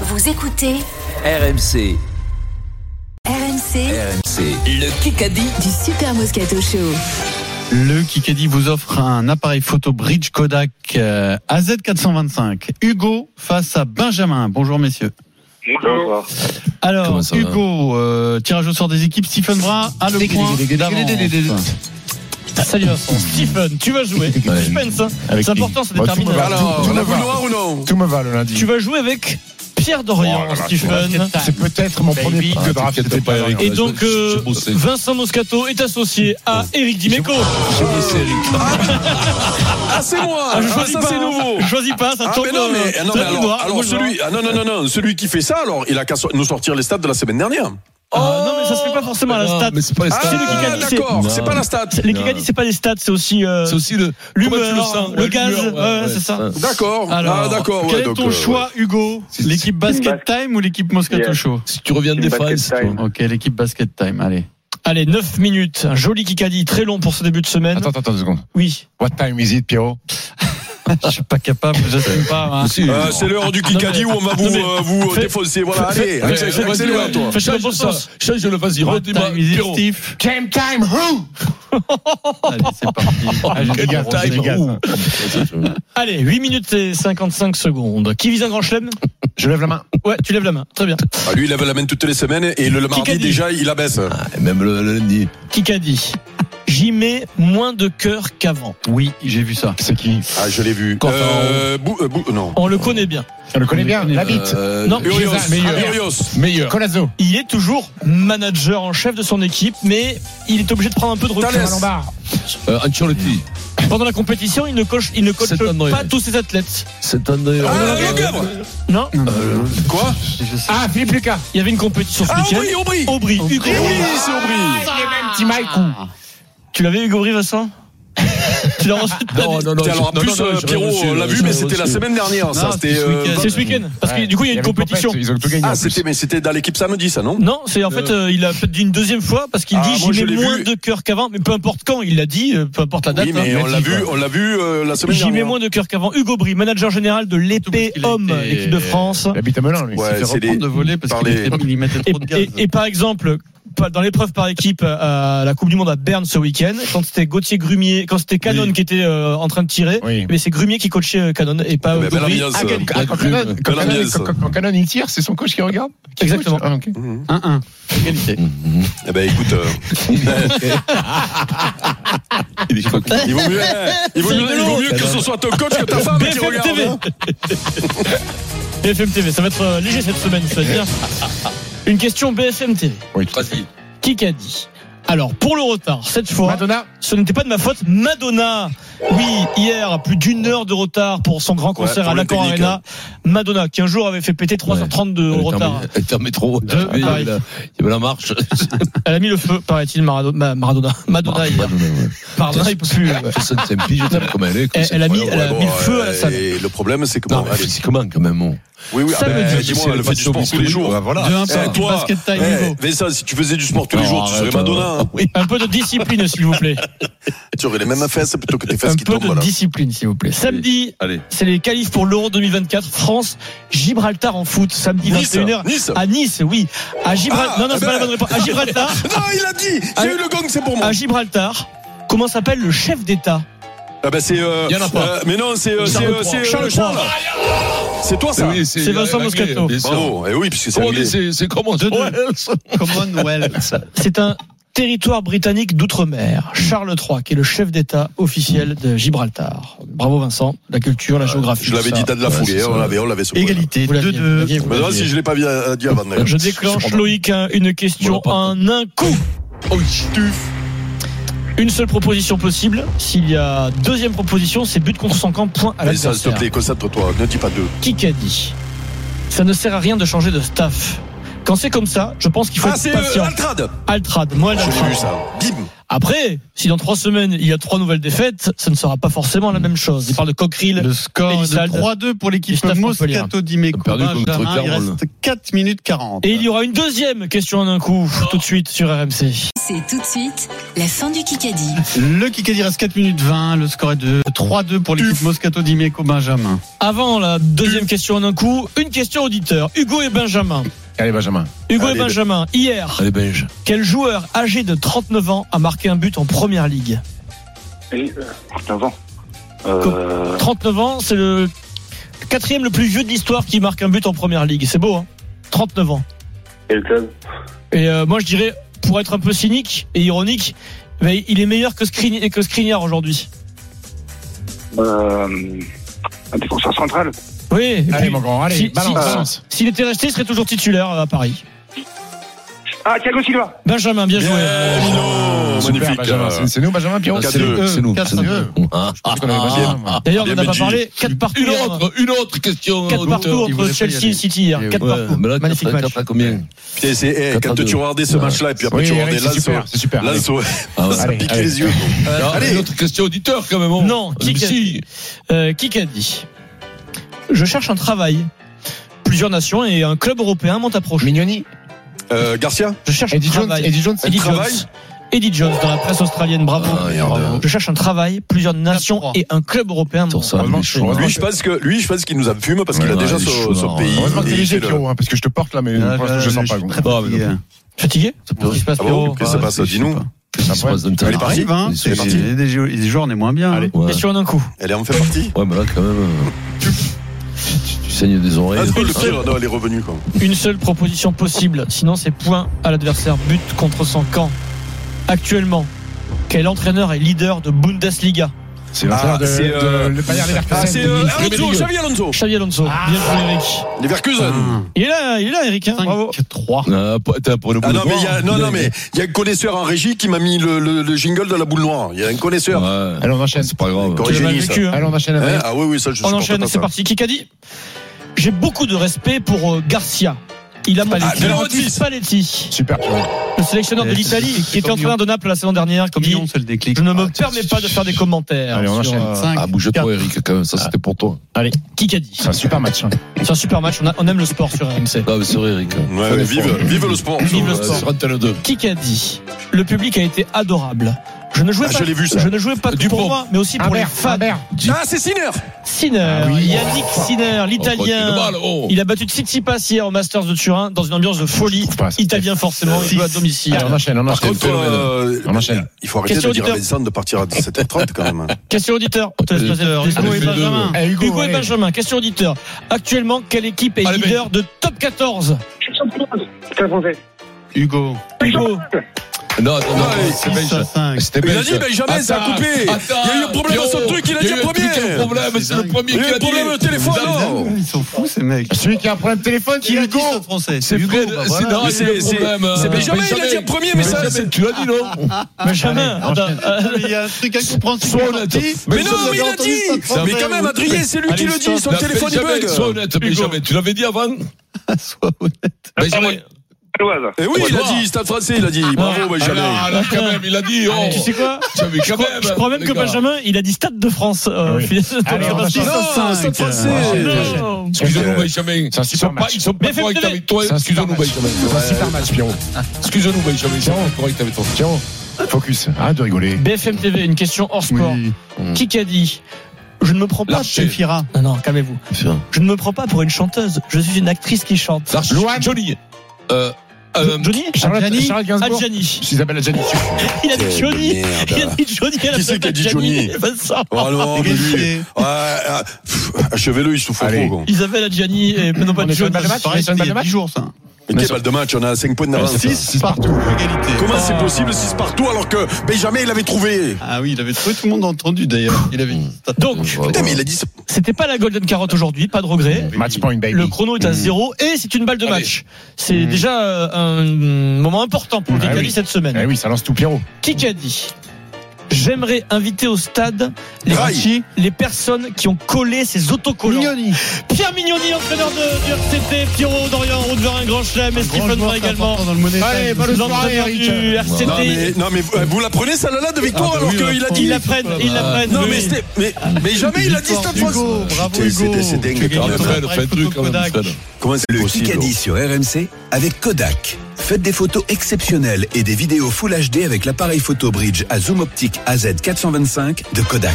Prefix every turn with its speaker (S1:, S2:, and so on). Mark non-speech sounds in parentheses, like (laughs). S1: Vous écoutez
S2: RMC,
S1: RMC
S2: RMC, le Kikadi.
S1: du Super Moscato Show.
S3: Le Kikadi vous offre un appareil photo Bridge Kodak euh, AZ425. Hugo face à Benjamin. Bonjour messieurs.
S4: Bonjour.
S3: Alors
S5: Comment ça va
S3: Hugo, euh, tirage au sort des équipes. Stephen Brun a le point d'avance.
S6: Ah, Salut Vincent. Stephen, tu vas jouer. Suspense, hein.
S7: Avec
S6: c'est
S7: qui
S6: important, ça
S7: Bah,
S6: détermine.
S7: tout me va.
S6: la-
S7: Alors,
S4: tout
S7: on
S4: me
S7: a
S4: va.
S7: pas. Tout me va le
S6: Tu
S7: lundi.
S6: vas jouer avec Pierre Dorian,
S7: Oh là là,
S6: Stephen.
S7: C'est peut-être mon premier
S6: Baby.
S7: pic de draft.
S5: t'inquiète
S7: c'était
S5: pas,
S7: pas
S5: Eric.
S7: rien.
S6: Et donc,
S5: je-
S6: euh,
S5: j'ai bossé.
S6: Vincent Moscato est associé à
S3: Oh.
S6: Eric Dimeco.
S8: Ah, c'est moi
S6: Ah, je
S8: Ah,
S6: choisis
S8: ça,
S6: pas,
S8: c'est
S6: hein.
S8: nouveau
S6: Je choisis pas, ça
S8: ah
S6: tombe.
S8: mais non mais,
S6: euh,
S8: non,
S6: ça
S8: mais
S6: tombe
S8: alors,
S6: noir.
S8: alors
S6: Moi, je
S8: celui
S6: vois.
S8: ah non non non non celui qui fait ça alors il a qu'à so- nous sortir les stats de la semaine dernière.
S6: Ah, non mais ça se fait pas forcément à la
S5: Non,
S6: stat.
S5: Mais Oh, c'est pas les
S8: Ah
S5: stats.
S6: C'est le Kikadi, c'est-
S8: d'accord, c'est
S5: Non.
S8: pas la stat.
S6: Les Kikadi c'est pas les stats, c'est aussi euh,
S5: C'est aussi le
S6: l'humeur,
S5: comment tu sens,
S6: le
S5: ouais,
S6: gaz, euh,
S5: l'humeur,
S6: ouais, c'est ça.
S8: D'accord.
S3: Alors,
S8: Ah d'accord. ouais,
S3: quel est
S8: donc,
S3: ton
S8: euh,
S3: choix Hugo
S5: Si-
S3: L'équipe Basket Time ou l'équipe Moscato
S4: Yeah.
S3: Show
S5: Si tu reviens de
S4: Basket
S5: défense,
S4: time.
S3: Ok, l'équipe Basket Time,
S6: (laughs)
S3: allez.
S6: Allez, 9 minutes, un joli Kikadi très long pour ce début de semaine.
S7: Attends, attends, attends une seconde.
S6: Oui.
S7: What time is it, Pierrot
S3: Je suis pas capable, j'assume pas. hein.
S5: Si.
S8: euh, c'est l'heure du Kikadi où on va vous
S6: Ah, Non, mais-
S8: euh, vous
S6: Fais-
S8: défoncer. Voilà. Allez,
S5: Ouais,
S8: accélère,
S5: vas-y,
S8: accélère,
S5: ouais.
S8: toi.
S6: Fais-
S5: Change
S6: bon
S5: ça.
S6: sens.
S5: Change le vas-y.
S3: What
S5: redémarre,
S3: time is it,
S5: Pierrot.
S3: Steve
S7: Game time, who
S3: Allez, c'est
S6: (laughs)
S3: parti. Allez,
S5: Quel
S3: Hugo,
S5: time,
S3: c'est gaz,
S5: ouh.
S3: hein.
S6: Allez, 8 minutes et 55 secondes. Qui vise un grand chelem
S7: Je lève la main.
S6: Ouais, tu lèves la main. Très bien.
S8: Ah, lui il lève la main toutes les semaines et le, le mardi
S6: Kikadi.
S8: déjà il abaisse.
S5: Ah, et Même le le lundi.
S6: Kikadi. J'y mets moins de cœur qu'avant.
S3: Oui, j'ai vu ça.
S7: C'est qui
S8: Ah je l'ai vu.
S5: Quentin.
S8: Euh, Bou- euh, Bou- non.
S6: On le connaît bien.
S7: Je le connais bien. La bite.
S5: Euh,
S6: Non.
S8: Urios. Ah,
S7: Jésus, meilleur.
S8: Urios.
S5: Meilleur.
S7: Colazo.
S6: Il est toujours manager en chef de son équipe, mais il est obligé de prendre un peu de recul. hein,
S8: Thalès.
S7: Lombard.
S5: Euh, Ancelotti.
S6: Pendant la compétition, il ne coach, il ne coach
S5: C'est un
S6: pas
S5: noyau.
S6: tous ses athlètes.
S5: C'est un meilleur.
S8: Ah, Le Gavre.
S6: Non
S8: Quoi
S3: Je sais.
S7: Ah, Philippe Lucas.
S6: Il y avait une compétition ce
S8: Ah
S6: week-end.
S8: Aubry, Aubry.
S6: Aubry, Hugo.
S8: Eh oui, c'est Aubry.
S7: Il est même
S6: Ah.
S7: petit Mike ou-
S6: Tu l'avais Hugo Aubry, (laughs) Vincent Tu l'as reçu
S5: Non, non, non.
S8: Tiens, Alors en
S5: je- non,
S8: plus
S5: non, non,
S8: euh,
S5: j'ai
S8: Pierrot
S5: reçu,
S8: euh, l'a vu
S5: j'ai
S8: mais c'était la
S5: reçu.
S8: semaine dernière
S3: Non,
S8: ça. C'était.
S3: c'était ce
S8: euh,
S3: week-end.
S6: C'est ce week-end, parce que
S7: Ouais.
S6: du coup il y a une
S7: avait
S6: compétition.
S7: Popette, Ils ont tout gagné. en
S8: Ah
S7: plus.
S8: c'était mais c'était dans l'équipe samedi ça non
S6: Non, c'est en fait euh, il a peut-être dit une deuxième fois parce qu'il
S8: Ah,
S6: dit
S8: moi,
S6: j'y
S8: je
S6: mets
S8: l'ai
S6: moins
S8: vu.
S6: de cœur qu'avant, mais peu importe quand, il l'a dit, euh, peu importe la date.
S8: Oui,
S6: hein, il
S8: mais on
S6: dit,
S8: l'a vu,
S6: quoi.
S8: on l'a vu euh, la semaine
S6: J'y mets
S8: dernière.
S6: moins de cœur qu'avant. Hugo Bry, manager général de l'épée
S3: Tout parce qu'il a
S6: homme,
S3: été-
S6: l'équipe de France.
S7: La bite à Melun, lui. Ah,
S8: Ouais,
S7: Il s'est fait
S8: c'est
S7: reprendre.
S8: des-
S3: de voler parce
S8: Par
S3: qu'il
S8: les-
S3: était- il y mettait
S6: Et,
S3: trop de gaz.
S6: et- et par exemple, pas- dans l'épreuve par équipe à la Coupe du Monde à Berne ce week-end, quand c'était Gauthier Grumier, quand c'était Canon
S3: Oui.
S6: qui était euh, en train de tirer,
S7: Oui.
S6: mais c'est Grumier qui coachait euh, Canon et pas
S8: Ah, mais
S6: Hugo
S8: belle
S6: Bry.
S8: ambiance.
S7: Ah, quand- ah, quand
S5: Club.
S7: Canon- quand
S8: Canon,
S7: Canon-
S8: yes.
S7: quand- Quand Canon, il tire, c'est son coach qui regarde Qui
S6: Exactement.
S7: coach Ah, ok.
S8: Mhm.
S3: 1-1. Égalité.
S8: Eh ben écoute, euh,
S5: (laughs) Il est coquin.
S8: (laughs) il vaut mieux, eh, il vaut
S6: C'est
S8: mieux, il vaut mieux que ce soit ton coach que ta femme qui
S6: BFM
S8: regarde.
S6: TV (laughs)
S8: hein.
S6: BFM TV, ça va être euh, léger cette semaine, c'est-à-dire une question BFM TV.
S7: Oui.
S5: Vas-y.
S6: Qui qu'a dit Alors pour le retard, cette fois,
S7: Madonna.
S6: ce n'était pas de ma faute. Madonna, oui, hier, plus d'une heure de retard pour son grand
S8: Ouais,
S6: concert
S8: pour
S6: à
S8: le
S6: l'Accor
S8: technique,
S6: Arena. Madonna, qui un jour avait fait péter 3h30 de
S5: Elle était en-
S6: retard.
S5: Elle était en métro. Il y avait la-
S6: Paris.
S5: il y avait la marche.
S6: (laughs) Elle a mis le feu, paraît-il, Marado- Ma- Maradona.
S5: Ah,
S6: Madonna hier. Pardon, il peut plus.
S5: Je sens que c'est un pige, je t'aime comme elle est. comme
S6: Elle-
S5: c'est
S6: elle a mis-
S5: incroyable.
S6: elle a
S8: Ouais,
S6: mis le
S8: bon,
S6: feu à la
S8: euh,
S6: salle.
S8: Et le problème, c'est que
S5: Non,
S8: bon,
S5: mais
S8: allez.
S5: physiquement, quand même. on-
S8: Oui, oui, ah, ben,
S6: Samedi.
S8: dis-moi, elle fait du sport tous les jours.
S5: Ouais, voilà.
S3: Deux, un,
S8: Eh,
S3: partout.
S8: toi,
S3: Basket time,
S8: eh,
S3: Hugo.
S8: Vincent, si tu faisais du sport tous les
S5: Non,
S8: jours, tu
S5: arrête, euh,
S8: serais Madonna. hein.
S6: Un peu de discipline, s'il vous plaît.
S8: Tu aurais les mêmes fesses plutôt que tes fesses
S6: Un
S8: qui
S6: peu
S8: tombent
S6: de
S8: là.
S6: discipline, s'il vous plaît. Samedi,
S5: Allez.
S6: c'est les qualifs pour l'Euro 2024. France, Gibraltar en foot. Samedi
S8: Nice,
S6: 21h.
S8: Nice.
S6: À Nice, oui. À Gibraltar.
S8: Ah,
S6: non, non, c'est
S8: ben.
S6: pas la bonne réponse. À Gibraltar.
S8: Non, il a dit. J'ai
S6: Allez.
S8: eu le gong, c'est pour moi.
S6: à Gibraltar. Comment s'appelle le chef d'État
S8: Ah ben c'est. euh,
S5: Y en a pas.
S8: euh, Mais non, c'est euh, c'est
S5: Charles
S8: euh,
S5: III.
S8: c'est, euh,
S6: Charles
S8: Charles. C'est euh, toi ça.
S5: Eh Oui,
S6: C'est Vincent
S5: l'anglais,
S6: Moscato.
S5: bien sûr.
S8: Bravo. Et oui, puisque c'est
S5: Oh,
S8: anglais.
S5: mais C'est c'est comment
S6: Deux, deux.
S5: Wells.
S3: Commonwealth.
S6: C'est un territoire britannique d'outre-mer. Charles III, qui est le chef d'État officiel de Gibraltar. Bravo Vincent, la culture, la géographie.
S8: Euh, Je l'avais
S6: tout
S8: dit,
S6: ça.
S8: t'as de la
S5: Ouais,
S8: foulée.
S5: c'est
S8: hein, On
S5: ça.
S8: l'avait, on l'avait ce point-là.
S3: Égalité.
S6: Vous l'aviez, vous l'aviez,
S3: 2-2.
S6: vous
S8: Mais non,
S6: l'aviez.
S8: si je l'ai pas vu, euh, dit avant. d'ailleurs.
S6: Je déclenche Loïc hein, une question
S5: Voilà,
S6: en un coup.
S8: Oh
S6: Une seule proposition possible. S'il y a deuxième proposition, c'est but contre son camp, point à
S8: Mais ça, s'il te
S6: l'adversaire.
S8: plaît, concentre-toi. Ne dis pas deux.
S6: Qui qu'a dit Ça ne sert à rien de changer de staff. Quand c'est comme ça, je pense qu'il faut
S8: Ah,
S6: être
S8: c'est
S6: patient.
S8: euh, Altrad
S6: Altrad, moi,
S8: J'ai
S6: Altrad.
S8: vu ça. Bim
S6: Après, si dans trois semaines il y a trois nouvelles défaites, ça ne sera pas forcément la même chose. Il parle de Coqueril.
S3: Le score de
S6: Elissalde.
S3: 3-2 pour l'équipe
S6: Christophe Montpellier.
S3: Moscato Dimeco.
S5: Perdu contre
S3: Benjamin, Il
S5: Clermont.
S3: reste 4 minutes 40.
S6: Et il y aura une deuxième question en un coup,
S8: Oh.
S6: tout de suite sur RMC.
S1: C'est tout de suite la fin du Kikadi.
S3: Le Kikadi reste 4 minutes 20. Le score est de 3-2 pour l'équipe Moscato Dimeco Benjamin.
S6: Avant la deuxième question en un coup, une question auditeur. Hugo et Benjamin.
S7: Allez, Benjamin.
S6: Hugo
S8: Allez,
S6: et Benjamin, hier,
S5: Allez, Benj.
S6: quel joueur âgé de 39 ans a marqué un but en première ligue
S4: Et, euh, 39 ans. Euh,
S6: 39 ans, c'est le quatrième le plus vieux de l'histoire qui marque un but en première ligue. C'est beau, hein 39 ans.
S4: quel club
S6: Et euh, moi, je dirais, pour être un peu cynique et ironique, ben, il est meilleur que, Skrini- que Skriniar aujourd'hui.
S4: euh, Un défenseur central
S6: Oui, et
S7: Allez,
S6: puis,
S7: mon grand, allez,
S6: si- si-
S7: balance.
S6: s'il était resté, il serait toujours titulaire euh, à Paris.
S4: Ah, Thiago Silva
S6: Benjamin, bien joué.
S8: Bien, Mino
S5: Oh,
S7: Super,
S8: Magnifique
S7: Benjamin.
S8: euh,
S7: C'est- C'est nous, Benjamin, Pierrot
S5: C'est nous, c'est nous. c'est
S7: eux.
S5: nous. Ah, ah,
S7: Je connais Benjamin, hein, moi.
S6: D'ailleurs, on
S8: Bien,
S6: n'en a pas
S8: Benji.
S6: parlé. 4 partout.
S5: Une autre, une autre question.
S6: 4
S5: auditeur.
S6: partout
S7: il
S6: entre
S7: voulait pas y
S6: Chelsea
S7: aller.
S6: et City hier.
S7: Et
S6: 4
S5: Ouais,
S6: partout.
S5: mais là, t'as-
S6: Magnifique
S5: t'as-
S6: match.
S5: t'as combien
S8: Putain, c'est, eh,
S5: Quatre à
S8: quand
S5: deux.
S8: tu vas regarder ce
S5: Ouais.
S8: match-là, et puis après
S7: Euh, Oui,
S8: tu vas
S7: Eric,
S8: regarder
S7: c'est super,
S8: Lance,
S7: c'est super.
S8: Lance, ouais,
S5: Ah ouais.
S8: (laughs) ça
S7: Allez,
S8: pique
S7: allez.
S8: les yeux. quoi.
S5: Ah,
S8: Allez.
S5: Une autre question auditeur, quand même. on-
S6: Non, qui
S5: Mais
S6: qu'a-
S5: si.
S6: Euh, qui qu'a dit Je cherche un travail. Plusieurs nations et un club européen m'ont approché.
S7: Mignoni.
S8: Euh, Garcia
S6: Je cherche
S7: Eddie
S6: un
S7: Jones.
S6: travail.
S7: Eddie Jones.
S6: Eddie Jones.
S8: Travail
S6: Eddie Jones dans la presse australienne, bravo.
S5: Ah, merde.
S6: Bravo. Je cherche un travail, plusieurs nations
S3: trois.
S6: et un club européen.
S5: Sur ça,
S7: Heureusement,
S5: mais chaud,
S7: heureusement.
S8: Lui,
S5: hein.
S8: je pense que lui, je pense qu'il nous en fume parce
S5: Ouais,
S8: qu'il a
S5: ouais,
S8: déjà
S5: il est
S8: son,
S5: chaud,
S8: son
S5: hein.
S8: pays.
S7: Heureusement que t'es
S8: et il
S7: léger,
S8: fait le-
S7: Pierrot, hein, parce que je te porte là, mais
S3: Ah, Là,
S7: pour l'instant, je
S3: là,
S7: sens
S3: je
S7: pas.
S3: suis
S7: gros.
S3: très
S5: Bon, mais
S7: hein.
S3: fatigué.
S6: Fatigué
S8: Ah
S6: Qu'est-ce qui se passe,
S8: bon
S6: Pierrot
S8: Qu'est-ce qui se
S6: Ouais,
S8: passe
S3: je sais
S8: Dis-nous.
S3: pas.
S5: Qu'est-ce qui se passe dans le
S8: Elle est
S5: terrain
S3: Ça
S8: partie
S3: arrive, hein.
S5: Ils sont
S3: C'est-
S5: partis.
S3: les jou- les joueurs, on est moins bien. hein.
S5: Ouais.
S6: Question en un coup.
S8: Elle est en fait partie.
S5: Ouais, mais là, quand même. euh, Tu tu saignes des oreilles.
S8: Ah, non, le
S5: Hein.
S8: pire, non, elle est revenue, quoi.
S6: Une seule proposition possible, sinon c'est point à l'adversaire, but contre son camp. Actuellement, quel entraîneur est leader de Bundesliga
S7: C'est l'entraîneur de-
S8: c'est, euh,
S7: de le Bayern
S8: Ah, c'est euh,
S7: Leverkusen.
S8: Alonso, Xavi Alonso.
S6: Xavi Alonso. Bien joué, Eric.
S8: Les Verkusen.
S3: Hum.
S6: Il est là, il est là, Eric. hein. Bravo.
S3: 5-3.
S5: Ah, pour- t'as pour le
S8: Ah non,
S5: boulevard,
S8: mais il y a, non,
S5: il
S8: non, mais il y a un connaisseur en régie qui m'a mis le, le, le jingle de la boule noire. Il y a un connaisseur.
S5: Ouais. Ah,
S7: Allez, on enchaîne.
S5: C'est pas grave.
S8: Corrigez
S6: Tu l'as mal
S8: génie, ça.
S6: vécu, hein.
S7: Allez, on enchaîne.
S8: Hein
S7: avec-
S8: ah oui, oui, ça, je
S6: On
S8: supporte
S6: enchaîne,
S8: pas
S6: c'est
S8: ça.
S6: parti. Kikadi. J'ai beaucoup de respect pour euh, Garcia. Il a montré
S8: Ah, Delorentis.
S6: Spalletti,
S7: Super. Pierrot.
S6: le sélectionneur de
S3: Eh,
S6: l'Italie,
S3: c'est-
S6: qui était
S3: c'est
S6: entraîneur de Naples la saison dernière, qui
S3: Comme
S6: dit
S3: Lyon, c'est le déclic.
S6: Je ne me permets pas de faire des commentaires.
S7: Allez, on
S6: sur,
S7: enchaîne.
S6: euh,
S5: Ah,
S3: 5.
S5: bouge-toi, Eric, quand même. Ça, c'était pour toi.
S6: Kikadi.
S7: C'est un super match. hein.
S6: C'est un super match, on, a- on aime le sport sur RMC.
S5: Ah, mais c'est vrai, Eric.
S8: Ouais, ouais, vive, vive le sport.
S6: Vive le
S5: Euh,
S6: sport.
S5: Sur Antenne 2.
S6: Kikadi. Le public a été adorable. Je ne jouais
S8: Ah,
S6: pas,
S8: je l'ai vu, ça.
S6: ne jouais pas que
S5: Dupont.
S6: pour moi, mais aussi pour les
S7: Humbert,
S6: fans.
S7: Humbert.
S8: Ah, c'est Sinner.
S6: Sinner,
S7: Ah oui.
S6: Yannick Sinner,
S5: Oh,
S6: l'italien.
S5: balle, oh.
S6: Il a battu Tsitsipas hier au Masters de Turin dans une ambiance de folie.
S7: trouve pas ça.
S6: Italien forcément, il joue à domicile.
S7: Allez, on enchaîne, on
S8: Par
S7: enchaîne.
S8: contre, euh,
S7: On enchaîne.
S8: il faut arrêter
S6: Question
S8: de dire à
S6: auditeur.
S8: Vincent de partir à 17h30 quand même.
S6: Question auditeur. On te laisse passer la question.
S3: Hugo et
S5: Allez, fais-le.
S3: Benjamin.
S7: Eh, Hugo,
S6: Hugo et
S7: allez.
S6: Benjamin, question auditeur. Actuellement, quelle équipe est
S5: Allez,
S6: leader de top 14
S4: C'est un français.
S3: Hugo.
S6: Hugo,
S5: Non, attends, non,
S8: Ouais,
S5: c'est
S3: Six
S5: Benj.
S3: à cinq.
S5: C'était
S8: Il a
S5: Benj.
S8: dit, ben jamais, ça a
S5: Attends,
S8: coupé. Il y a eu un problème à son
S5: Pierrot,
S8: truc, il a dit
S5: eu
S8: le
S5: un
S8: premier.
S5: putain de problème, c'est le premier
S8: Il y
S5: qui
S8: a eu
S5: a
S8: un problème
S5: dit.
S8: au téléphone, non
S3: Ils sont fous, ces mecs.
S7: Celui qui a un problème de téléphone,
S3: Qui a dit
S7: Hugo.
S3: ça, français
S5: C'est
S3: Hugo,
S5: Fred,
S3: bah
S5: c'est
S3: voilà.
S5: non,
S8: Mais
S5: c'est le
S8: c'est-
S5: problème.
S8: c'est
S5: euh,
S8: Benjamin, il a dit le premier, mais ça,
S5: Benjamin,
S8: c'est- Ah,
S5: Tu l'as dit, non
S6: Benjamin,
S7: Allez, enchaîne.
S6: attends, euh,
S3: Il y a un truc incompréhensible.
S5: Sois honnête.
S8: Mais
S5: ça,
S8: non,
S5: vous
S8: mais
S5: avez
S8: Oh, il a
S5: entendu ça,
S8: dit Mais quand même, Adrien, c'est lui qui
S3: Allez,
S8: le dit, son
S5: Non,
S8: téléphone il
S5: Benjamin,
S8: bug
S5: Sois honnête, Benjamin. Tu l'avais dit avant
S3: Sois honnête.
S5: Benjamin.
S6: Ah,
S4: Gauloise.
S8: Eh oui, il a dit, Stade français, il a dit Bravo,
S5: Ah là,
S8: Benjamin
S5: ah là, quand même, il a dit. Oh,
S6: Ah, tu sais quoi
S5: ça, mais quand même.
S6: Je crois même
S5: bah, les
S6: que
S5: gars.
S6: Benjamin, il a dit Stade de France. euh,
S7: Oui.
S6: finalement.
S7: Allez, on enchaîne.
S8: Non, Stade français Ah,
S6: Non.
S5: Excusez-nous, Benjamin.
S7: C'est un
S5: Ils sont
S7: super
S5: pas,
S7: match.
S5: ils sont pas
S6: Mais faites-le.
S5: corrects avec toi.
S7: C'est un super
S5: Excusez-nous,
S7: match.
S5: Benjamin.
S7: C'est un super match, Pierrot.
S5: Excusez-nous, Benjamin. Ils sont pas corrects avec toi.
S7: Pierrot, focus. Arrête de rigoler.
S6: BFM TV, une question hors sport. Qui qu'a dit Je ne me prends pas.
S5: Lâchez.
S3: Fira.
S6: Non, non, calmez-vous. Je ne me prends pas pour une chanteuse. Je suis une actrice qui chante.
S5: Loan. Johnny. Euh, euh,
S6: Johnny
S7: Charlotte, Charlotte Gainsbourg.
S6: Adjani. (laughs)
S7: Isabelle Adjani.
S6: Il a dit
S8: Quelle
S6: Johnny.
S8: merde.
S6: Il a dit Johnny. elle
S8: Qui c'est qui a dit
S6: s'appelle
S8: Johnny
S6: Vincent.
S8: Oh non, mais lui Ouais,
S3: Égalité.
S8: ah, pff, Achevez-le, il souffre
S7: Allez.
S8: trop, quoi.
S6: Isabelle Adjani et non pas
S7: On est sur
S6: Johnny.
S7: une balle de match
S3: Pareil,
S7: On est sur
S3: c'était
S7: une
S3: il y
S7: balle de
S3: a 10
S7: match
S3: jours, ça.
S8: Mais quelle balle de match, on a 5 points d'avance.
S3: 6 partout. Égalité.
S8: Comment c'est possible, 6 partout, alors que Benjamin, il avait trouvé
S3: Ah oui, il avait trouvé tout le monde entendu d'ailleurs. Il avait dit ça.
S6: Donc,
S8: Putain, mais il a dit ça.
S6: c'était pas la Golden Carotte aujourd'hui, pas de regret.
S7: Match point, baby.
S6: Le chrono est à zéro et c'est une balle de
S5: Allez.
S6: match. C'est déjà euh, un moment important pour le
S7: Ah
S6: Kikadi
S7: oui.
S6: cette semaine.
S7: Eh oui, ça lance tout Pierrot.
S6: Qui qu'a dit J'aimerais inviter au stade les,
S8: Aïe.
S6: Qui les personnes qui ont collé ces autocollants.
S3: Mignoni.
S6: Pierre Mignoni, entraîneur de, du RCT, Pierrot Dorian, route vers un grand chelem et Stephen Brun également.
S3: Dans le money time.
S7: Allez, balle au soir,
S6: L'entraîneur
S7: Eric.
S6: du RCT.
S8: Non Ah, mais, non, mais vous, vous la prenez celle-là là, de victoire
S3: Ah bah
S8: alors
S3: oui,
S8: qu'il
S3: la
S8: a
S6: Ils
S8: dit.
S6: la prennent, ils la prennent.
S8: Ah. Non
S6: oui.
S8: mais, c'était- mais, mais jamais il a dit Stade
S3: Hugo,
S8: France.
S3: bravo
S8: C'est-
S3: Hugo.
S8: c'est- C'est
S3: Tu
S8: dingue.
S3: gagnes
S8: quand même.
S3: ton appareil photo
S5: hein,
S3: Kodak.
S8: Comment c'est
S9: Le
S8: possible
S9: Kikadi sur RMC avec Kodak. Faites des photos exceptionnelles et des vidéos Full HD avec l'appareil photo bridge à zoom optique AZ425 de Kodak.